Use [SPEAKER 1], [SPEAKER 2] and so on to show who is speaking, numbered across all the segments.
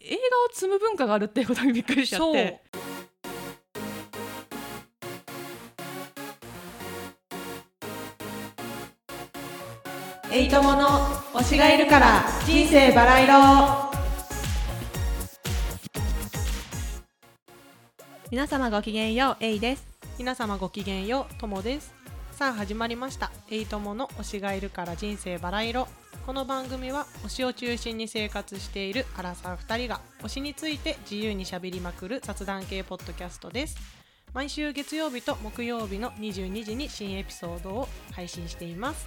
[SPEAKER 1] 画を積む文化があるっていうことにびっくりしちゃっ
[SPEAKER 2] そう
[SPEAKER 1] て
[SPEAKER 2] エイトモの推しがいるから人生バラ色
[SPEAKER 3] 皆様ごきげんようエイです
[SPEAKER 2] 皆様ごきげんようともですさあ始まりましたエイトモの推しがいるから人生バラ色この番組は推しを中心に生活しているアラサー2人が推しについて自由にしゃべりまくる雑談系ポッドキャストです毎週月曜日と木曜日の22時に新エピソードを配信しています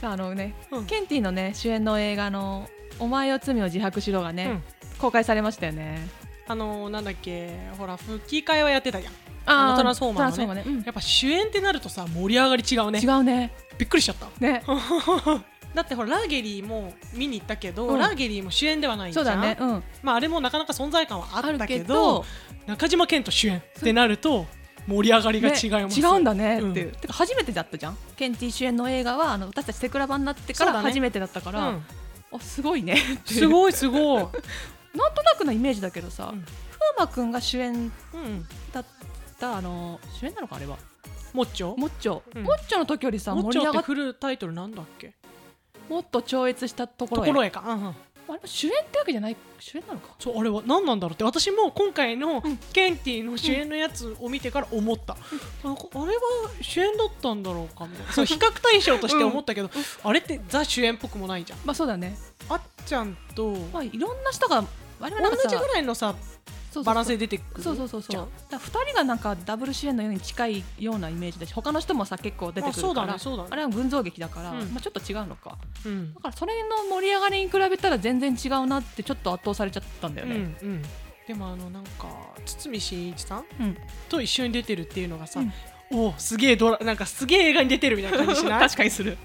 [SPEAKER 1] あのね、
[SPEAKER 2] うん
[SPEAKER 1] ケンティのね主演の映画の「お前を罪を自白しろ」がね、公開されましたよね
[SPEAKER 2] あのー、なんだっけほら吹き替えはやってたやん
[SPEAKER 1] あ
[SPEAKER 2] のトランスフォーマーのね
[SPEAKER 1] トランスフォねうん
[SPEAKER 2] やっぱ主演ってなるとさ盛り上がり違うね
[SPEAKER 1] 違うね
[SPEAKER 2] びっくりしちゃった
[SPEAKER 1] ね
[SPEAKER 2] だってほらラーゲリーも見に行ったけど、
[SPEAKER 1] うん
[SPEAKER 2] ラーゲリーも主演ではないじ
[SPEAKER 1] そ
[SPEAKER 2] ゃ
[SPEAKER 1] うんだねうん
[SPEAKER 2] まあ、あれもなかなか存在感はあ
[SPEAKER 1] あ
[SPEAKER 2] っ
[SPEAKER 1] る
[SPEAKER 2] たけ
[SPEAKER 1] け
[SPEAKER 2] ど
[SPEAKER 1] ど
[SPEAKER 2] 中島健人主演ってなると盛り上がりが違い
[SPEAKER 1] ね
[SPEAKER 2] ます、
[SPEAKER 1] 違うんだねっていう、
[SPEAKER 2] うん
[SPEAKER 1] てか初めてだったじゃんケンティ主演の映画はあの私たちセクラ版になってか
[SPEAKER 2] そう
[SPEAKER 1] ら
[SPEAKER 2] だね
[SPEAKER 1] 初めてだったか
[SPEAKER 2] う
[SPEAKER 1] ら、
[SPEAKER 2] ん
[SPEAKER 1] あすごいねっていう
[SPEAKER 2] すごいすごい、
[SPEAKER 1] なんとなくのイメージだけどさ、
[SPEAKER 2] うん
[SPEAKER 1] 風磨くんが主演
[SPEAKER 2] うん、
[SPEAKER 1] だったあの主演なのかあれは
[SPEAKER 2] モッチョ
[SPEAKER 1] モッチョ、
[SPEAKER 2] うん
[SPEAKER 1] モッチョの時よりさ
[SPEAKER 2] モッ
[SPEAKER 1] 盛
[SPEAKER 2] チ
[SPEAKER 1] り
[SPEAKER 2] ョっ
[SPEAKER 1] 上
[SPEAKER 2] て
[SPEAKER 1] がっ
[SPEAKER 2] フルタイトルなんだっけ
[SPEAKER 1] もっと超越したとことろへ
[SPEAKER 2] ころへか、うんうん
[SPEAKER 1] あれ主演ってわけじゃない主演なのか
[SPEAKER 2] そうあれは何なんだろうって私も今回のケンティの主演のやつを見てから思った、なんかあれは主演だったんだろうかみたいな そう比較対象として思ったけど、あれってザ主演っぽくもないじゃん
[SPEAKER 1] まあそうだね
[SPEAKER 2] あっちゃんと
[SPEAKER 1] まあいろんな人があれは
[SPEAKER 2] 同
[SPEAKER 1] なんかさ
[SPEAKER 2] じぐらいのさ
[SPEAKER 1] そうそうそう
[SPEAKER 2] バランスで出てくる
[SPEAKER 1] そうそうそうそう
[SPEAKER 2] じゃ
[SPEAKER 1] だ
[SPEAKER 2] ん
[SPEAKER 1] から二人がなんかダブル主演のように近いようなイメージだし他の人もさ結構出てくるから
[SPEAKER 2] あそうだねそうだね
[SPEAKER 1] あれは群像劇だから、
[SPEAKER 2] うん
[SPEAKER 1] まあ、ちょっと違うのか
[SPEAKER 2] うん
[SPEAKER 1] だからそれの盛り上がりに比べたら全然違うなってちょっと圧倒されちゃったんだよね、
[SPEAKER 2] うんうんでもあのなんか堤真一さん
[SPEAKER 1] うん
[SPEAKER 2] と一緒に出てるっていうのがさ、
[SPEAKER 1] うん
[SPEAKER 2] おおすげえドラなんかすげえ映画に出てるみたいな感じしない
[SPEAKER 1] 確かにする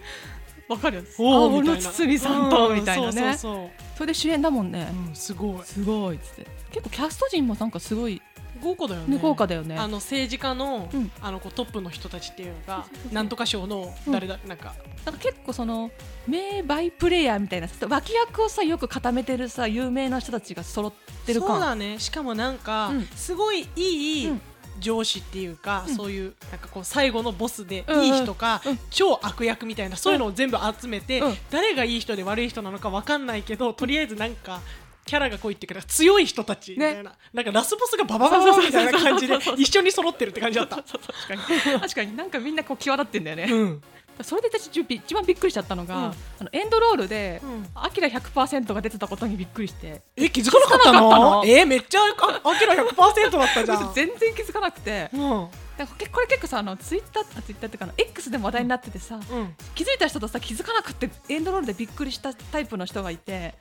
[SPEAKER 1] わかるよ
[SPEAKER 2] おお
[SPEAKER 1] あ
[SPEAKER 2] みたい
[SPEAKER 1] の
[SPEAKER 2] な
[SPEAKER 1] 堤さんと
[SPEAKER 2] うん
[SPEAKER 1] みたいなね
[SPEAKER 2] そうそう
[SPEAKER 1] それで主演だもんね
[SPEAKER 2] そう、うん、すごい
[SPEAKER 1] すごいっつって結構キャスト陣もなんかすごい、
[SPEAKER 2] 豪華だよね
[SPEAKER 1] ね、豪華だよね
[SPEAKER 2] あの政治家の,、
[SPEAKER 1] うん
[SPEAKER 2] あのこうトップの人たちっていうのが
[SPEAKER 1] そうそう
[SPEAKER 2] なんとか賞の誰だ、なんか
[SPEAKER 1] なんか結構その名バイプレイヤーみたいな脇役をさよく固めてるさ有名な人たちが揃ってる
[SPEAKER 2] そう
[SPEAKER 1] 感
[SPEAKER 2] だねしかもなんか、
[SPEAKER 1] うん
[SPEAKER 2] すごいいい、
[SPEAKER 1] うん
[SPEAKER 2] 上司っていうか、
[SPEAKER 1] うん
[SPEAKER 2] そういうなんかこう最後のボスで
[SPEAKER 1] うんうん
[SPEAKER 2] いい人か、
[SPEAKER 1] うん
[SPEAKER 2] 超悪役みたいなそういうのを全部集めて、
[SPEAKER 1] うん
[SPEAKER 2] 誰がいい人で悪い人なのかわかんないけどとりあえずなんかキャラが濃いっていうか強い人たちみたいな、なんかラスボスがバババババみたいな感じで一緒に揃ってるって感じだった。
[SPEAKER 1] 確かになんかみんなこう際立ってんだよね、
[SPEAKER 2] うん
[SPEAKER 1] それで私ちょび一番びっくりしちゃったのが、
[SPEAKER 2] うん
[SPEAKER 1] あのエンドロールで
[SPEAKER 2] うん
[SPEAKER 1] 「アキラ100%」が出てたことにびっくりして
[SPEAKER 2] え気づかなかったの
[SPEAKER 1] 気づかなかったの
[SPEAKER 2] えめっちゃあアキラ100%だったじゃん
[SPEAKER 1] 全然気づかなくて
[SPEAKER 2] うん
[SPEAKER 1] なんかけこれ結構さあのツイッターあツイッターっていうかあの X でも話題になっててさ、
[SPEAKER 2] うん
[SPEAKER 1] 気づいた人とさ気づかなくてエンドロールでびっくりしたタイプの人がいて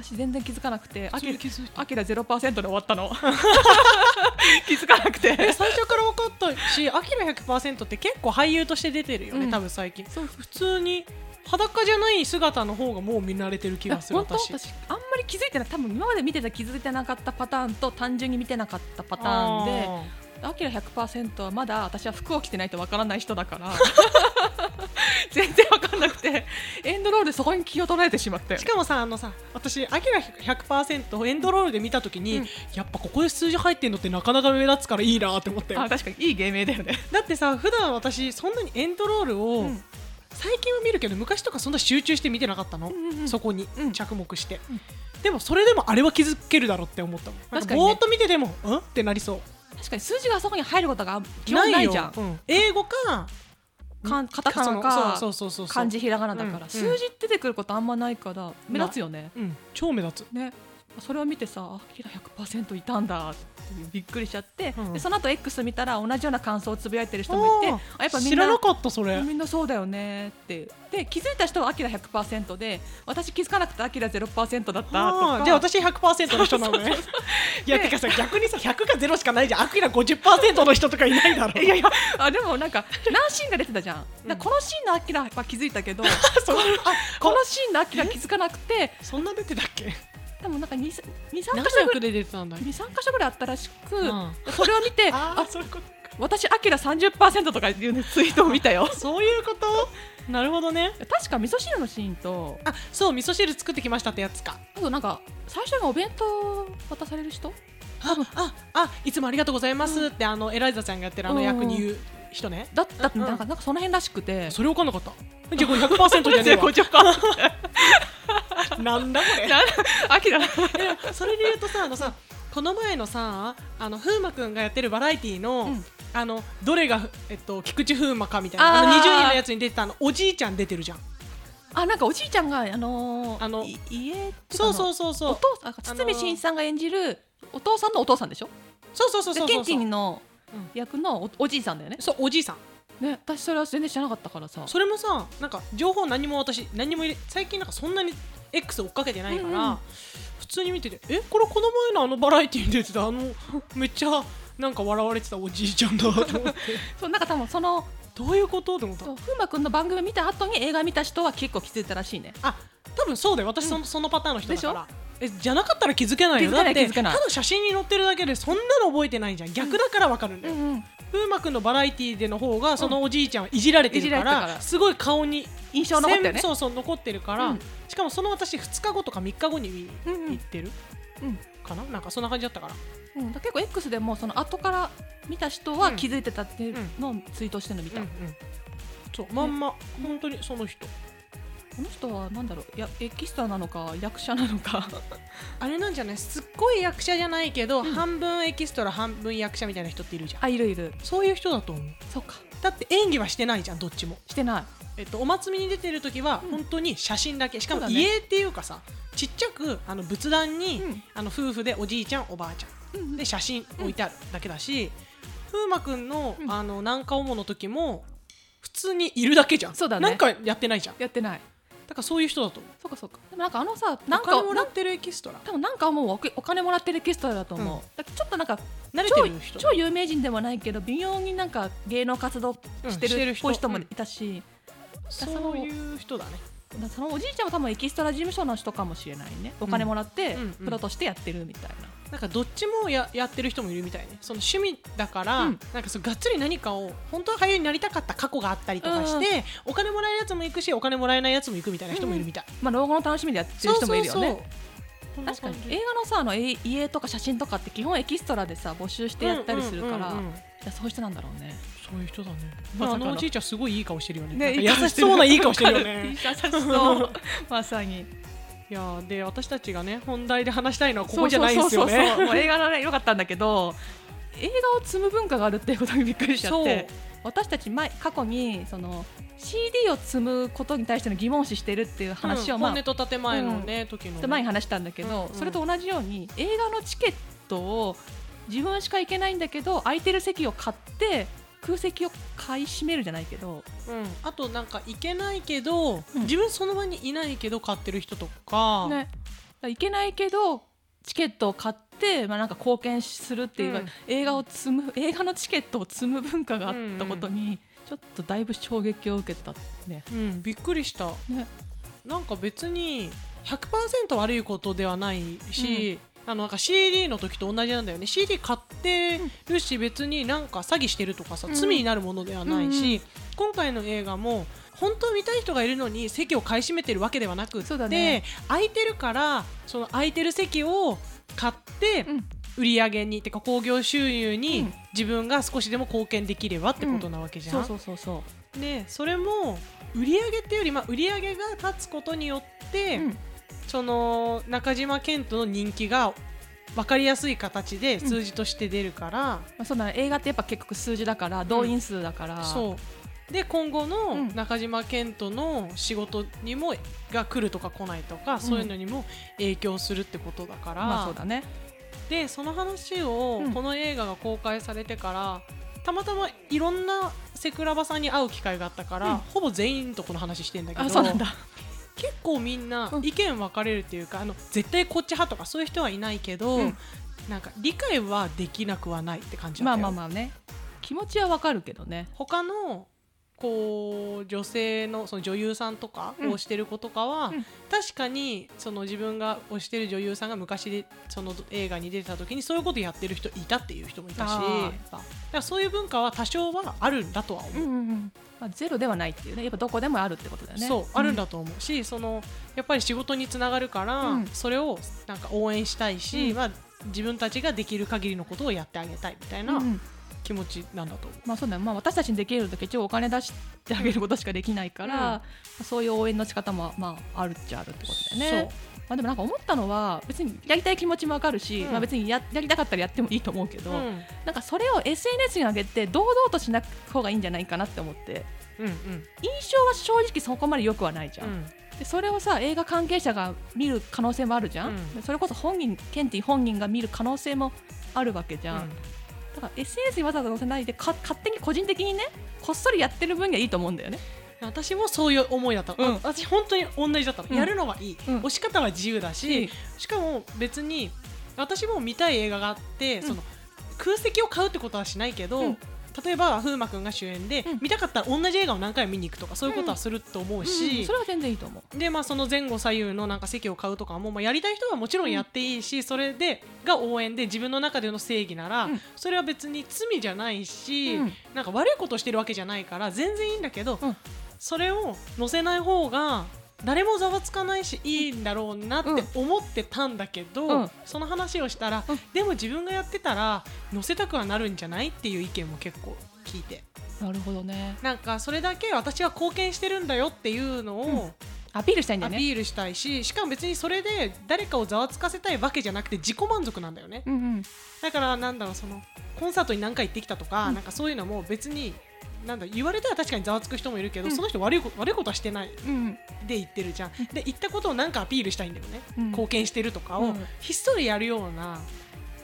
[SPEAKER 1] 私全然気づかなくてアキラ
[SPEAKER 2] 気づいた
[SPEAKER 1] アキラ0%で終わ ったの気づかなく
[SPEAKER 2] え
[SPEAKER 1] て
[SPEAKER 2] 最初から分かったし、アキラ100%って結構俳優として出てるよね、
[SPEAKER 1] うん
[SPEAKER 2] 多分最近。
[SPEAKER 1] そう
[SPEAKER 2] 普通に裸じゃない姿の方がもう見慣れてる気がする
[SPEAKER 1] 本当
[SPEAKER 2] 私。
[SPEAKER 1] 私あんまり気づいてない多分今まで見てた気づいてなかったパターンと単純に見てなかったパターンでアキラ100%はまだ私は服を着てないとわからない人だから 全然わかんなくてエンドロールでそこに気を取られてしまって
[SPEAKER 2] でしかもさあのさ私アキラ100%をエンドロールで見た時に、
[SPEAKER 1] うん
[SPEAKER 2] やっぱここで数字入ってんのってなかなか目立つからいいなって思ったよ
[SPEAKER 1] あ確かにいい芸名だよね、
[SPEAKER 2] だってさ普段私そんなにエンドロールを、
[SPEAKER 1] うん
[SPEAKER 2] 最近は見るけど昔とかそんな集中して見てなかったの、
[SPEAKER 1] うんうん
[SPEAKER 2] そこに
[SPEAKER 1] うん
[SPEAKER 2] 着目して、
[SPEAKER 1] うん
[SPEAKER 2] でもそれでもあれは気づけるだろうって思ったもんなん
[SPEAKER 1] 確
[SPEAKER 2] か
[SPEAKER 1] かにね
[SPEAKER 2] ぼーっと見ててもうんってなりそう
[SPEAKER 1] 確かに数字があそこに入ることが基本ないじゃん
[SPEAKER 2] ようん英語か
[SPEAKER 1] かんカタカ
[SPEAKER 2] そ
[SPEAKER 1] ナ
[SPEAKER 2] の
[SPEAKER 1] か
[SPEAKER 2] そうそうそうそう
[SPEAKER 1] 漢字ひらがなだから、
[SPEAKER 2] うん
[SPEAKER 1] 数字って出てくることあんまないから目立つよね、
[SPEAKER 2] うん超目立つ
[SPEAKER 1] ねそれを見てさあキラ100%いたんだっていうびっくりしちゃって、
[SPEAKER 2] うん
[SPEAKER 1] でその後 X 見たら同じような感想をつぶやいてる人もいて
[SPEAKER 2] あー
[SPEAKER 1] あやっぱみ
[SPEAKER 2] 知
[SPEAKER 1] ん
[SPEAKER 2] らな
[SPEAKER 1] な
[SPEAKER 2] かったそれ
[SPEAKER 1] みんなそうだよねってで気づいた人はアキラ100%で私気づかなくてアキラ0%だったと
[SPEAKER 2] あ
[SPEAKER 1] か
[SPEAKER 2] ーじゃあ私100%の人なのねいや
[SPEAKER 1] ね
[SPEAKER 2] てかさ逆にさ100か0しかないじゃんアキラ50%の人とかいないだろ
[SPEAKER 1] いやいやあでもなんか何シーンが出てたじゃん、
[SPEAKER 2] うん
[SPEAKER 1] だからこのシーンのアキラは気づいた けど
[SPEAKER 2] そんあ
[SPEAKER 1] このシーンのアキラ気づかなくて
[SPEAKER 2] そんな出てたっけ
[SPEAKER 1] 多分なんか23箇所ぐらい
[SPEAKER 2] で出てたんだ
[SPEAKER 1] 23箇所ぐらいあったらしく、
[SPEAKER 2] うん
[SPEAKER 1] それを見て
[SPEAKER 2] あ
[SPEAKER 1] あ
[SPEAKER 2] あそういうことか
[SPEAKER 1] 私アキラ30%とかっていうねツイートを見たよ
[SPEAKER 2] そういうことなるほどね
[SPEAKER 1] 確か味噌汁のシーンと
[SPEAKER 2] あそう味噌汁作ってきましたってやつか
[SPEAKER 1] あとなんか最初にお弁当渡される人
[SPEAKER 2] あああいつもありがとうございますって、あのエライザちゃんがやってるあの役に言う人ね
[SPEAKER 1] だったって
[SPEAKER 2] うんうん
[SPEAKER 1] なんか なんかその辺らしくて
[SPEAKER 2] それ分かんなかったじゃあこれ100%じゃねえ わ なんだこれ
[SPEAKER 1] アキラ
[SPEAKER 2] いやそれで言うとさあのさこの前のさあの風磨くんがやってるバラエティーの、
[SPEAKER 1] うん
[SPEAKER 2] あのどれが、えっと、菊池風磨かみたいなあの
[SPEAKER 1] あー
[SPEAKER 2] 20人のやつに出てたあのおじいちゃん出てるじゃん
[SPEAKER 1] あなんかおじいちゃんがあのー
[SPEAKER 2] あの
[SPEAKER 1] い家って
[SPEAKER 2] そうそううそうそ
[SPEAKER 1] お
[SPEAKER 2] う
[SPEAKER 1] 父さんあ堤真一さんが演じるお父さんのお父さんでしょ
[SPEAKER 2] そうそうそう
[SPEAKER 1] で
[SPEAKER 2] そう
[SPEAKER 1] ケ
[SPEAKER 2] そ
[SPEAKER 1] ン
[SPEAKER 2] う
[SPEAKER 1] ティンの
[SPEAKER 2] うん
[SPEAKER 1] 役のおおじいさんだよね
[SPEAKER 2] そうおじいさん
[SPEAKER 1] ね私それは全然知らなかったからさ
[SPEAKER 2] それもさなんか情報何も私何も入れ最近なんかそんなに X 追っかけてないから、
[SPEAKER 1] うんうん
[SPEAKER 2] 普通に見ててえこれこの前のあのバラエティーに出てたあのめっちゃなんか笑われてたおじいちゃんだと思って
[SPEAKER 1] そうなんか多分その
[SPEAKER 2] どういうことと思った
[SPEAKER 1] そう風磨君の番組見た後に映画見た人は結構気づいたらしいね
[SPEAKER 2] あ多分そうだよ私その,、そのパターンの人だからえじゃなかったら気づけないよ
[SPEAKER 1] 気づけない
[SPEAKER 2] だって
[SPEAKER 1] 気づけない
[SPEAKER 2] ただ写真に載ってるだけでそんなの覚えてないじゃん逆だからわかるんだよ、
[SPEAKER 1] ん
[SPEAKER 2] 風磨くんのバラエティーでの方がそのおじいちゃんはいじられてるか
[SPEAKER 1] いじら
[SPEAKER 2] ら,、
[SPEAKER 1] れてたから
[SPEAKER 2] すごい顔に
[SPEAKER 1] 印象残ったよ
[SPEAKER 2] せん
[SPEAKER 1] ね
[SPEAKER 2] そうそう残ってるから、
[SPEAKER 1] うん
[SPEAKER 2] しかもその私2日後とか3日後に見
[SPEAKER 1] うんうん
[SPEAKER 2] 行ってる、
[SPEAKER 1] うん
[SPEAKER 2] かななんかそんな感じだったから
[SPEAKER 1] うん、だから結構 X でもその後から見た人は気づいてたっていうのをツイートしてるの見た、
[SPEAKER 2] うんうんそうまんま、本当にその人
[SPEAKER 1] この人はなんだろうやエキストラなのか役者なのか
[SPEAKER 2] あれなんじゃないすっごい役者じゃないけど、
[SPEAKER 1] ん
[SPEAKER 2] 半分エキストラ半分役者みたいな人っているじゃん
[SPEAKER 1] あいるいる
[SPEAKER 2] そういう人だと思う
[SPEAKER 1] そうか
[SPEAKER 2] だって演技はしてないじゃんどっちも、
[SPEAKER 1] してない
[SPEAKER 2] えっと、お祭りに出てる時は
[SPEAKER 1] うん
[SPEAKER 2] 本当に写真だけ、しか
[SPEAKER 1] そ
[SPEAKER 2] も
[SPEAKER 1] うだね
[SPEAKER 2] 家っていうかさちっちゃくあの仏壇に、
[SPEAKER 1] うん
[SPEAKER 2] あの夫婦でおじいちゃんおばあちゃんで写真置いてあるだけだし、風磨くんの,、
[SPEAKER 1] うん
[SPEAKER 2] あのなんかおもの時も普通にいるだけじゃん
[SPEAKER 1] そうだね
[SPEAKER 2] なんかやってないじゃんだ
[SPEAKER 1] やってない
[SPEAKER 2] からそういう人だと思う
[SPEAKER 1] そうかそうかでもなんかあのさなん
[SPEAKER 2] お金
[SPEAKER 1] か
[SPEAKER 2] も
[SPEAKER 1] な
[SPEAKER 2] ら
[SPEAKER 1] ん
[SPEAKER 2] ってるエキストラ
[SPEAKER 1] 多分なんかもうおお金もらってるエキストラだと思う、
[SPEAKER 2] うん
[SPEAKER 1] だからちょっとなんか
[SPEAKER 2] 慣れて
[SPEAKER 1] 超
[SPEAKER 2] る人
[SPEAKER 1] 超有名人でもないけど微妙になんか芸能活動して
[SPEAKER 2] うんして
[SPEAKER 1] る
[SPEAKER 2] る
[SPEAKER 1] っ
[SPEAKER 2] 人
[SPEAKER 1] ぽい人もいたし、
[SPEAKER 2] そういう人だね
[SPEAKER 1] だからそのおじいちゃんは多分エキストラ事務所の人かもしれないねお金もらって
[SPEAKER 2] うんうんうん
[SPEAKER 1] プロとしてやってるみたいな、
[SPEAKER 2] なんかどっちもややってる人もいるみたいねその趣味だから、
[SPEAKER 1] うん
[SPEAKER 2] なんかそうがっつり何かを本当は俳優になりたかった過去があったりとかして、お金もらえるやつも行くしお金もらえないやつも行くみたいな人もいるみたい、
[SPEAKER 1] まあ、老後の楽しみでやって
[SPEAKER 2] そう
[SPEAKER 1] る人もいるよね
[SPEAKER 2] そうそうこんな
[SPEAKER 1] 確か
[SPEAKER 2] 感
[SPEAKER 1] に
[SPEAKER 2] じ
[SPEAKER 1] 映画のさあのえ家とか写真とかって基本エキストラでさ募集してやったりするから、
[SPEAKER 2] うんう
[SPEAKER 1] い
[SPEAKER 2] んうんうん
[SPEAKER 1] やそういう人なんだろうね
[SPEAKER 2] そういう人だね、
[SPEAKER 1] まさ
[SPEAKER 2] あ
[SPEAKER 1] かの
[SPEAKER 2] のおじいちゃんすごいいい顔してるよね
[SPEAKER 1] ね
[SPEAKER 2] なんか優しそうないい顔してるよ
[SPEAKER 1] わか
[SPEAKER 2] ね
[SPEAKER 1] 優しそうまさに
[SPEAKER 2] いやーで私たちがね本題で話したいのはここじゃないんですよ
[SPEAKER 1] そうそうそうそう
[SPEAKER 2] ね
[SPEAKER 1] もう映画のね良かったんだけど映画を積む文化があるっていうことにびっくりしちゃって私たち前過去にその CD を積むことに対しての疑問視してるっていう話を、
[SPEAKER 2] うん
[SPEAKER 1] まあ
[SPEAKER 2] 本
[SPEAKER 1] ちょ
[SPEAKER 2] 音と建前のね、時の
[SPEAKER 1] っ
[SPEAKER 2] ね
[SPEAKER 1] と前に話したんだけど、
[SPEAKER 2] うんうん
[SPEAKER 1] それと同じように映画のチケットを自分しか行けないんだけど空いてる席を買って空席を買い占めるじゃないけど
[SPEAKER 2] うん、あとなんか行けないけど、
[SPEAKER 1] うん
[SPEAKER 2] 自分その場にいないけど買ってる人とか、
[SPEAKER 1] ね、だから行けないけどチケットを買って、まあ、なんか貢献するっていう、
[SPEAKER 2] うん
[SPEAKER 1] 映画を積む映画のチケットを積む文化があったことに、ちょっとだいぶ衝撃を受けたね。
[SPEAKER 2] うん、びっくりした、
[SPEAKER 1] ね
[SPEAKER 2] なんか別に100%悪いことではないし、あのなんか CD の時と同じなんだよね CD 買ってるし別になんか詐欺してるとかさ、
[SPEAKER 1] うん
[SPEAKER 2] 罪になるものではないし、今回の映画も本当は見たい人がいるのに席を買い占めてるわけではなく
[SPEAKER 1] そう
[SPEAKER 2] て、
[SPEAKER 1] だね
[SPEAKER 2] 空いてるからその空いてる席を買って、
[SPEAKER 1] うん
[SPEAKER 2] 売り上げにてか興行収入
[SPEAKER 1] う
[SPEAKER 2] に
[SPEAKER 1] ん
[SPEAKER 2] 自分が少しでも貢献できればってことなわけじゃん、
[SPEAKER 1] そうそうそうそ
[SPEAKER 2] でそれも売り上げっていうより、まあ、売り上げが立つことによって、
[SPEAKER 1] う、うん
[SPEAKER 2] その中島健人の人気が分かりやすい形で
[SPEAKER 1] うん
[SPEAKER 2] 数字として出るから、
[SPEAKER 1] まあ、そうだね映画ってやっぱ結局数字だから動員数だから、
[SPEAKER 2] そうで今後
[SPEAKER 1] う
[SPEAKER 2] の
[SPEAKER 1] ん
[SPEAKER 2] 中島健人の仕事にもが来るとか来ないとか、そういうのにも影響するってことだから、
[SPEAKER 1] まあそうだね
[SPEAKER 2] でその話を
[SPEAKER 1] うん
[SPEAKER 2] この映画が公開されてから、たまたまいろんなセクラバさんに会う機会があったから、
[SPEAKER 1] うん
[SPEAKER 2] ほぼ全員とこの話してんだけど
[SPEAKER 1] あそうなんだ
[SPEAKER 2] 結構みんな
[SPEAKER 1] うん
[SPEAKER 2] 意見分かれるっていうか、あの絶対こっち派とかそういう人はいないけど、
[SPEAKER 1] うん
[SPEAKER 2] なんか理解はできなくはないって感じだっ
[SPEAKER 1] ま
[SPEAKER 2] た
[SPEAKER 1] あ
[SPEAKER 2] よ
[SPEAKER 1] まあまあね気持ちはわかるけどね
[SPEAKER 2] 他のこう女性のその女優さんとか
[SPEAKER 1] うん
[SPEAKER 2] をしてる子とかは、
[SPEAKER 1] うん
[SPEAKER 2] 確かにその自分が推してる女優さんが昔でその映画に出てた時にそういうことやってる人いたっていう人もいたしだ
[SPEAKER 1] あー
[SPEAKER 2] からそういう文化は多少はあるんだとは思う。
[SPEAKER 1] うんうんうんまあ、ゼロではないっていうねやっぱどこでもあるってことだよね
[SPEAKER 2] そうあるんだと思うし、そのやっぱり仕事につながるから、
[SPEAKER 1] うん
[SPEAKER 2] それをなんか応援したいし、
[SPEAKER 1] うん
[SPEAKER 2] まあ、自分たちができる限りのことをやってあげたいみたい
[SPEAKER 1] うん
[SPEAKER 2] な
[SPEAKER 1] うん
[SPEAKER 2] 気持ちなんだと思う。
[SPEAKER 1] まあそうだよまあ、私たちにできるだけ一応お金出してあげることしかできないから、
[SPEAKER 2] うん
[SPEAKER 1] まあそういう応援の仕方もまああるっちゃあるってことだよね。まあ、でもなんか思ったのは別にやりたい気持ちもわかるし、
[SPEAKER 2] うん
[SPEAKER 1] まあ、別にややりたかったらやってもいいと思うけど、
[SPEAKER 2] そううん
[SPEAKER 1] なんかそれを SNS に上げて堂々としなく方がいいんじゃないかなって思って
[SPEAKER 2] うんうん
[SPEAKER 1] 印象は正直そこまで良くはないじゃん、でそれをさ映画関係者が見る可能性もあるじゃん、
[SPEAKER 2] うん
[SPEAKER 1] それこそ本人ケンティ本人が見る可能性もあるわけじゃん、だから SNS にわざわざ載せないでか勝手に個人的にねこっそりやってる分にはいいと思うんだよね。
[SPEAKER 2] 私もそういう思いだったの、
[SPEAKER 1] うん
[SPEAKER 2] あ私本当に同じだったの、
[SPEAKER 1] うん
[SPEAKER 2] やるのはいい、
[SPEAKER 1] うん
[SPEAKER 2] 押し方は自由だし、しかも別に私も見たい映画があって、
[SPEAKER 1] うん
[SPEAKER 2] その空席を買うってことはしないけど、
[SPEAKER 1] うん
[SPEAKER 2] 例えば風磨君が主演で、
[SPEAKER 1] うん
[SPEAKER 2] 見たかったら同じ映画を何回も見に行くとかそういうことはすると思うし、
[SPEAKER 1] うんそれは全然いいと思う。
[SPEAKER 2] でまあ、その前後左右のなんか席を買うとかも、まあ、やりたい人はもちろんやっていいし、それでが応援で自分の中での正義なら、
[SPEAKER 1] うん
[SPEAKER 2] それは別に罪じゃないし、
[SPEAKER 1] うん
[SPEAKER 2] なんか悪いことしてるわけじゃないから全然いいんだけど、
[SPEAKER 1] うん
[SPEAKER 2] それを載せない方が誰もざわつかないしいいんだろうなって思ってたんだけど、
[SPEAKER 1] うん
[SPEAKER 2] その話をしたら、
[SPEAKER 1] うん
[SPEAKER 2] でも自分がやってたら載せたくはなるんじゃないっていう意見も結構聞いて
[SPEAKER 1] なるほどね。
[SPEAKER 2] なんかそれだけ私は貢献してるんだよっていうのを、
[SPEAKER 1] うんアピールしたいんだ
[SPEAKER 2] ア
[SPEAKER 1] よ
[SPEAKER 2] ピ
[SPEAKER 1] ね。
[SPEAKER 2] ールしたいししかも別にそれで誰かをざわつかせたいわけじゃなくて自己満足なんだよね
[SPEAKER 1] うんうん。
[SPEAKER 2] だからなんだろうそのコンサートに何回行ってきたとか、
[SPEAKER 1] うん
[SPEAKER 2] なんかそういうのも別になんだ言われたら確かにざわつく人もいるけど、
[SPEAKER 1] うん
[SPEAKER 2] その人悪いこ悪いことはしてない
[SPEAKER 1] うん
[SPEAKER 2] で言ってるじゃんで言ったことをなんかアピールしたいんだよね、
[SPEAKER 1] うん
[SPEAKER 2] 貢献してるとかを、
[SPEAKER 1] うん
[SPEAKER 2] ひっそりやるような
[SPEAKER 1] ま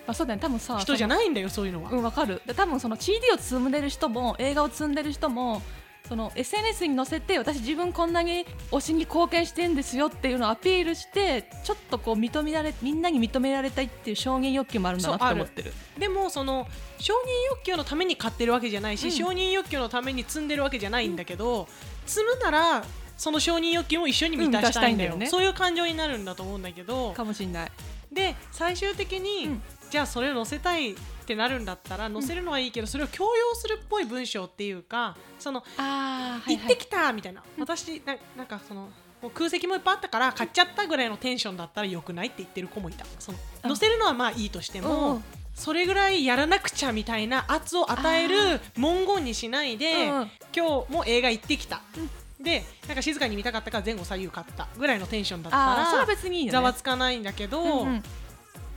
[SPEAKER 1] あそうだね。多分さ、
[SPEAKER 2] 人じゃ
[SPEAKER 1] な
[SPEAKER 2] ないんだよそういうのは、
[SPEAKER 1] うんわかる。で多分その CD を積んでる人も映画を積んでる人も。その SNS に載せて私自分こんなに推しに貢献してんですよっていうのをアピールしてちょっとこう認められみんなに認められたいっていう承認欲求もあるんだなって思ってる
[SPEAKER 2] でもその承認欲求のために買ってるわけじゃないし、
[SPEAKER 1] うん
[SPEAKER 2] 承認欲求のために積んでるわけじゃないんだけど、積むならその承認欲求も一緒に満たしたいんだよ,、
[SPEAKER 1] うん満たした
[SPEAKER 2] そういう感情になるんだと思うんだけど
[SPEAKER 1] かもしれない
[SPEAKER 2] で最終的に、
[SPEAKER 1] うん
[SPEAKER 2] じゃあそれ載せたいってなるんだったら載せるのはいいけど、それを強要するっぽい文章っていうかその、
[SPEAKER 1] あ
[SPEAKER 2] 行ってきたみたいな私ななんかそのもう空席もいっぱいあったから買っちゃったぐらいのテンションだったらよくないって言ってる子もいたその
[SPEAKER 1] あ
[SPEAKER 2] 載せるのはまあいいとしても。
[SPEAKER 1] うん
[SPEAKER 2] それぐらいやらなくちゃみたいな圧を与える文言にしないで、
[SPEAKER 1] うんうん
[SPEAKER 2] 今日も映画行ってきた、でなんか静かに見たかったから前後左右買ったぐらいのテンションだった
[SPEAKER 1] あーそれ
[SPEAKER 2] ら
[SPEAKER 1] は別にいいよね
[SPEAKER 2] ざわつかないんだけど、
[SPEAKER 1] うんうん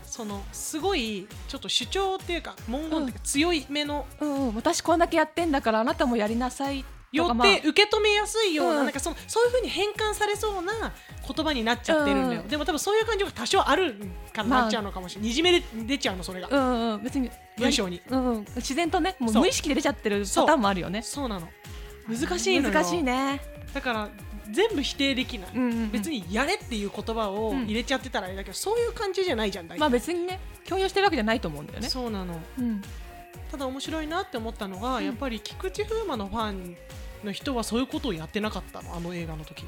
[SPEAKER 2] そのすごいちょっと主張っていうか文言っていうか強い目の。
[SPEAKER 1] うんうん、私こんだけやってんだからあなたもやりなさい
[SPEAKER 2] よ
[SPEAKER 1] とか
[SPEAKER 2] っ
[SPEAKER 1] まあ
[SPEAKER 2] て受け止めやすいような,、
[SPEAKER 1] うん
[SPEAKER 2] なんかそのそういうふうに変換されそうな言葉になっちゃってるんだよ、
[SPEAKER 1] うん
[SPEAKER 2] でも多分そういう感情が多少あるからなっちゃうのかもしれない、にじめで出ちゃうのそれが、
[SPEAKER 1] うんうん、別に
[SPEAKER 2] 文章に、
[SPEAKER 1] うんうん、自然とねもう
[SPEAKER 2] そう
[SPEAKER 1] 無意識で出ちゃってるパターンもあるよね
[SPEAKER 2] そうなの難しいのよ
[SPEAKER 1] 難しいね、
[SPEAKER 2] だから全部否定できない、
[SPEAKER 1] うんうんうん
[SPEAKER 2] 別に「やれ」っていう言葉を入れちゃってたらあれだけど、そういう感じじゃないじゃん大体、
[SPEAKER 1] まあ別にね強要してるわけじゃないと思うんだよね
[SPEAKER 2] そうなの
[SPEAKER 1] うん
[SPEAKER 2] ただ面白いなって思ったのが、
[SPEAKER 1] うん
[SPEAKER 2] やっぱり菊池風磨のファンの人はそういうことをやってなかったのあの映画の時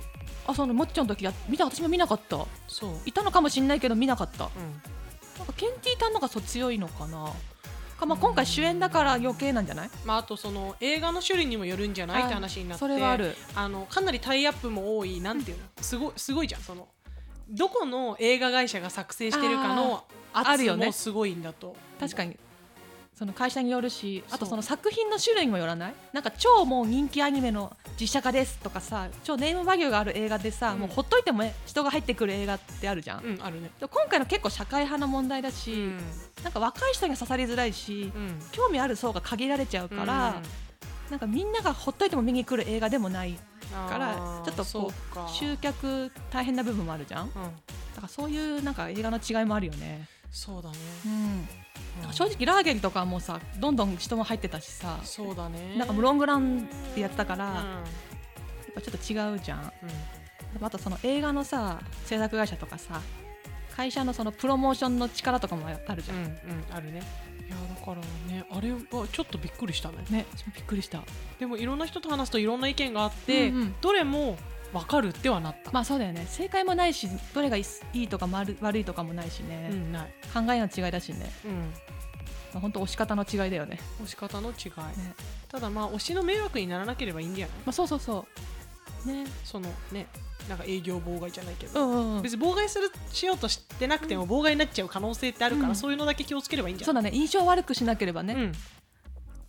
[SPEAKER 1] あそのもっちゃんの時や見た私も見なかった
[SPEAKER 2] そう、
[SPEAKER 1] いたのかもしれないけど見なかった
[SPEAKER 2] うん、
[SPEAKER 1] なんかケンティーたんのがそう強いのかなか、ま
[SPEAKER 2] う
[SPEAKER 1] あ、
[SPEAKER 2] ん
[SPEAKER 1] 今回主演だから余計なんじゃない
[SPEAKER 2] まああとその映画の種類にもよるんじゃないって話になって
[SPEAKER 1] それはある
[SPEAKER 2] あのかなりタイアップも多いなんていうのすごいすごいじゃんそのどこの映画会社が作成してるかの
[SPEAKER 1] あ
[SPEAKER 2] 圧
[SPEAKER 1] るよね
[SPEAKER 2] もすごいんだと、
[SPEAKER 1] 確か
[SPEAKER 2] に
[SPEAKER 1] にその会社によるしあと
[SPEAKER 2] そう
[SPEAKER 1] その作品の種類にもよらないなんか超もう人気アニメの実写化ですとかさ超ネームバリューがある映画でさ、
[SPEAKER 2] うん
[SPEAKER 1] もうほっといても人が入ってくる映画ってあるじゃん、
[SPEAKER 2] うんあるね
[SPEAKER 1] で今回の結構社会派の問題だし、
[SPEAKER 2] うん
[SPEAKER 1] なんか若い人には刺さりづらいし、
[SPEAKER 2] うん
[SPEAKER 1] 興味ある層が限られちゃうから、なんかみんながほっといても見に来る映画でもないからちょっとこ
[SPEAKER 2] うか
[SPEAKER 1] 集客大変な部分もあるじゃんだ
[SPEAKER 2] うん
[SPEAKER 1] からそういうなんか映画の違いもあるよね、
[SPEAKER 2] そうだね、
[SPEAKER 1] うん、
[SPEAKER 2] うん
[SPEAKER 1] 正直ラーゲリとかもさどんどん人も入ってたしさ
[SPEAKER 2] そうだね
[SPEAKER 1] なんかもうロングランでやってたから、
[SPEAKER 2] うん
[SPEAKER 1] やっぱちょっと違うじゃん
[SPEAKER 2] うん
[SPEAKER 1] あとその映画のさ制作会社とかさ会社のそのプロモーションの力とかもあるじゃん、
[SPEAKER 2] うんうんあるねいやだからねあれはちょっとびっくりしたね
[SPEAKER 1] ね私もびっくりした
[SPEAKER 2] でもいろんな人と話すといろんな意見があって、
[SPEAKER 1] うんうん
[SPEAKER 2] どれも分かるってはなった、
[SPEAKER 1] まあそうだよね正解もないしどれがいいいいとか悪い悪いとかもないし
[SPEAKER 2] う
[SPEAKER 1] ね、
[SPEAKER 2] んない、
[SPEAKER 1] 考えの違いだしね、
[SPEAKER 2] うん、
[SPEAKER 1] まあ、本当押し方の違いだよね
[SPEAKER 2] 推し方の違い、
[SPEAKER 1] ね
[SPEAKER 2] ただまあ推しの迷惑にならなければいいんじゃない
[SPEAKER 1] まあそうそうそうね
[SPEAKER 2] そのねなんか営業妨害じゃないけ
[SPEAKER 1] う
[SPEAKER 2] ど、
[SPEAKER 1] んうん、うん、
[SPEAKER 2] 別に妨害するしようとしてなくても妨害になっちゃう可能性ってあるから、
[SPEAKER 1] うん
[SPEAKER 2] そういうのだけ気をつければいいんじゃ
[SPEAKER 1] そう
[SPEAKER 2] ない
[SPEAKER 1] だね印象悪くしなければね、
[SPEAKER 2] うん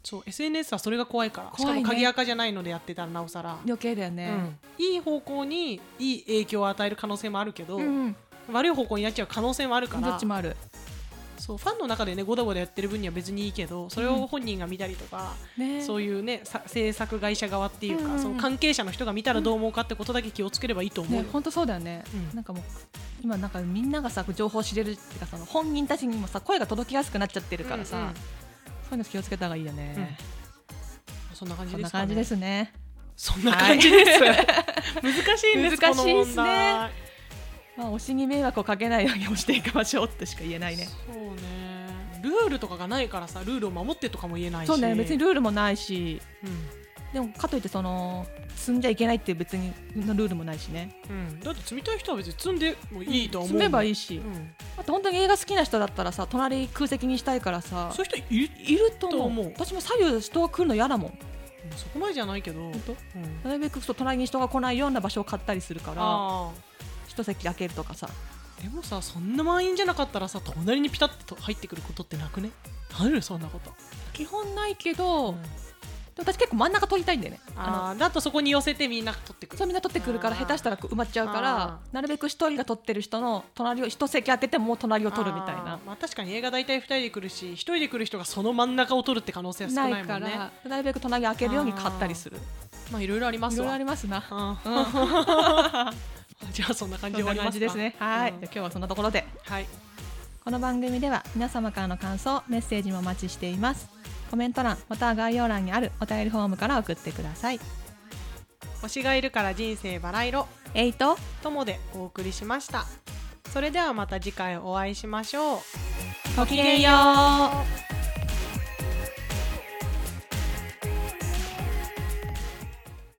[SPEAKER 2] そう SNS はそれが怖いから
[SPEAKER 1] 怖いね
[SPEAKER 2] しかも鍵垢じゃないのでやってたらなおさら、
[SPEAKER 1] 余計だよね、
[SPEAKER 2] うんいい方向にいい影響を与える可能性もあるけど、
[SPEAKER 1] うん
[SPEAKER 2] 悪い方向になっちゃう可能性もあるか
[SPEAKER 1] ど
[SPEAKER 2] ら
[SPEAKER 1] っちもある
[SPEAKER 2] そうファンの中でねゴダゴダやってる分には別にいいけどそれを本人が見たりとか、
[SPEAKER 1] ね
[SPEAKER 2] そういうねさ制作会社側っていうか、
[SPEAKER 1] うん
[SPEAKER 2] その関係者の人が見たらどう思うかってことだけ気をつければいいと思うよ、
[SPEAKER 1] ね本当そうだよね、
[SPEAKER 2] うん
[SPEAKER 1] なんかもう今なんかみんながさ情報を知れるっていうかその本人たちにもさ声が届きやすくなっちゃってるからさ、
[SPEAKER 2] うんうん
[SPEAKER 1] そういうの気をつけた方がいいよね、
[SPEAKER 2] そんな感じ
[SPEAKER 1] そん
[SPEAKER 2] で
[SPEAKER 1] な
[SPEAKER 2] すか、ね、
[SPEAKER 1] 感じですね
[SPEAKER 2] そんな感じです、難しいんです
[SPEAKER 1] 難しいっすね
[SPEAKER 2] この問題
[SPEAKER 1] まあ推しに迷惑をかけないようにをしていきましょうってしか言えないね
[SPEAKER 2] そうねルールとかがないからさルールを守ってとかも言えないし
[SPEAKER 1] そうね別にルールもないし
[SPEAKER 2] う
[SPEAKER 1] でもかといってその積んじゃいけないっていう別にのルールもないしね
[SPEAKER 2] ん、うん、だって積みたい人は別に積んでもいいと思う、
[SPEAKER 1] 積めばい
[SPEAKER 2] い、
[SPEAKER 1] いし、あと本当に映画好きな人だったらさ隣空席にしたいからさ
[SPEAKER 2] そういう人いる
[SPEAKER 1] いると
[SPEAKER 2] と
[SPEAKER 1] 思
[SPEAKER 2] 思
[SPEAKER 1] う
[SPEAKER 2] う
[SPEAKER 1] 私も左右人が来るの嫌だもん
[SPEAKER 2] うんそこまでじゃないけど、うん、
[SPEAKER 1] なるべくそう隣に人が来ないような場所を買ったりするから
[SPEAKER 2] あ
[SPEAKER 1] 一席空けるとかさ
[SPEAKER 2] ーでもさそんな満員じゃなかったらさ隣にピタッと入ってくることってなくねあるそんなこと、
[SPEAKER 1] 基本ないけど、
[SPEAKER 2] うん
[SPEAKER 1] で私結構真ん中取りたいんだよねあ
[SPEAKER 2] あーだとそこに寄せてみんな取ってく
[SPEAKER 1] の
[SPEAKER 2] る
[SPEAKER 1] そうみんな取ってくるから
[SPEAKER 2] あー
[SPEAKER 1] 下手したらこう埋まっちゃうか
[SPEAKER 2] あ
[SPEAKER 1] らなるべく一人が取ってる人の隣を一席空けてもう隣を
[SPEAKER 2] 取
[SPEAKER 1] 取るみたいな
[SPEAKER 2] まあ、確かに映画大体2人で来るし1人で来る人がその真ん中を取るって可能性は少ないも
[SPEAKER 1] なんい
[SPEAKER 2] ね
[SPEAKER 1] からなるべく隣空けるように買ったりする
[SPEAKER 2] まあいろいろありま
[SPEAKER 1] い
[SPEAKER 2] す
[SPEAKER 1] ろいろ
[SPEAKER 2] わ
[SPEAKER 1] ありますな
[SPEAKER 2] あーじゃあそんな感じ
[SPEAKER 1] そ
[SPEAKER 2] で
[SPEAKER 1] ん
[SPEAKER 2] 終わ
[SPEAKER 1] な
[SPEAKER 2] りま
[SPEAKER 1] 感
[SPEAKER 2] す
[SPEAKER 1] じ
[SPEAKER 2] か
[SPEAKER 1] ですねはい、
[SPEAKER 2] うん
[SPEAKER 1] じゃあ今日はそんなところで
[SPEAKER 2] はい
[SPEAKER 3] この番組では皆様からの感想メッセージもお待ちしていますコメント欄または概要欄にあるお便りフォームから送ってください
[SPEAKER 2] 推しがいるから人生バラ色
[SPEAKER 3] えいと
[SPEAKER 2] ともでお送りしましたそれではまた次回お会いしましょう
[SPEAKER 3] ごきげんよう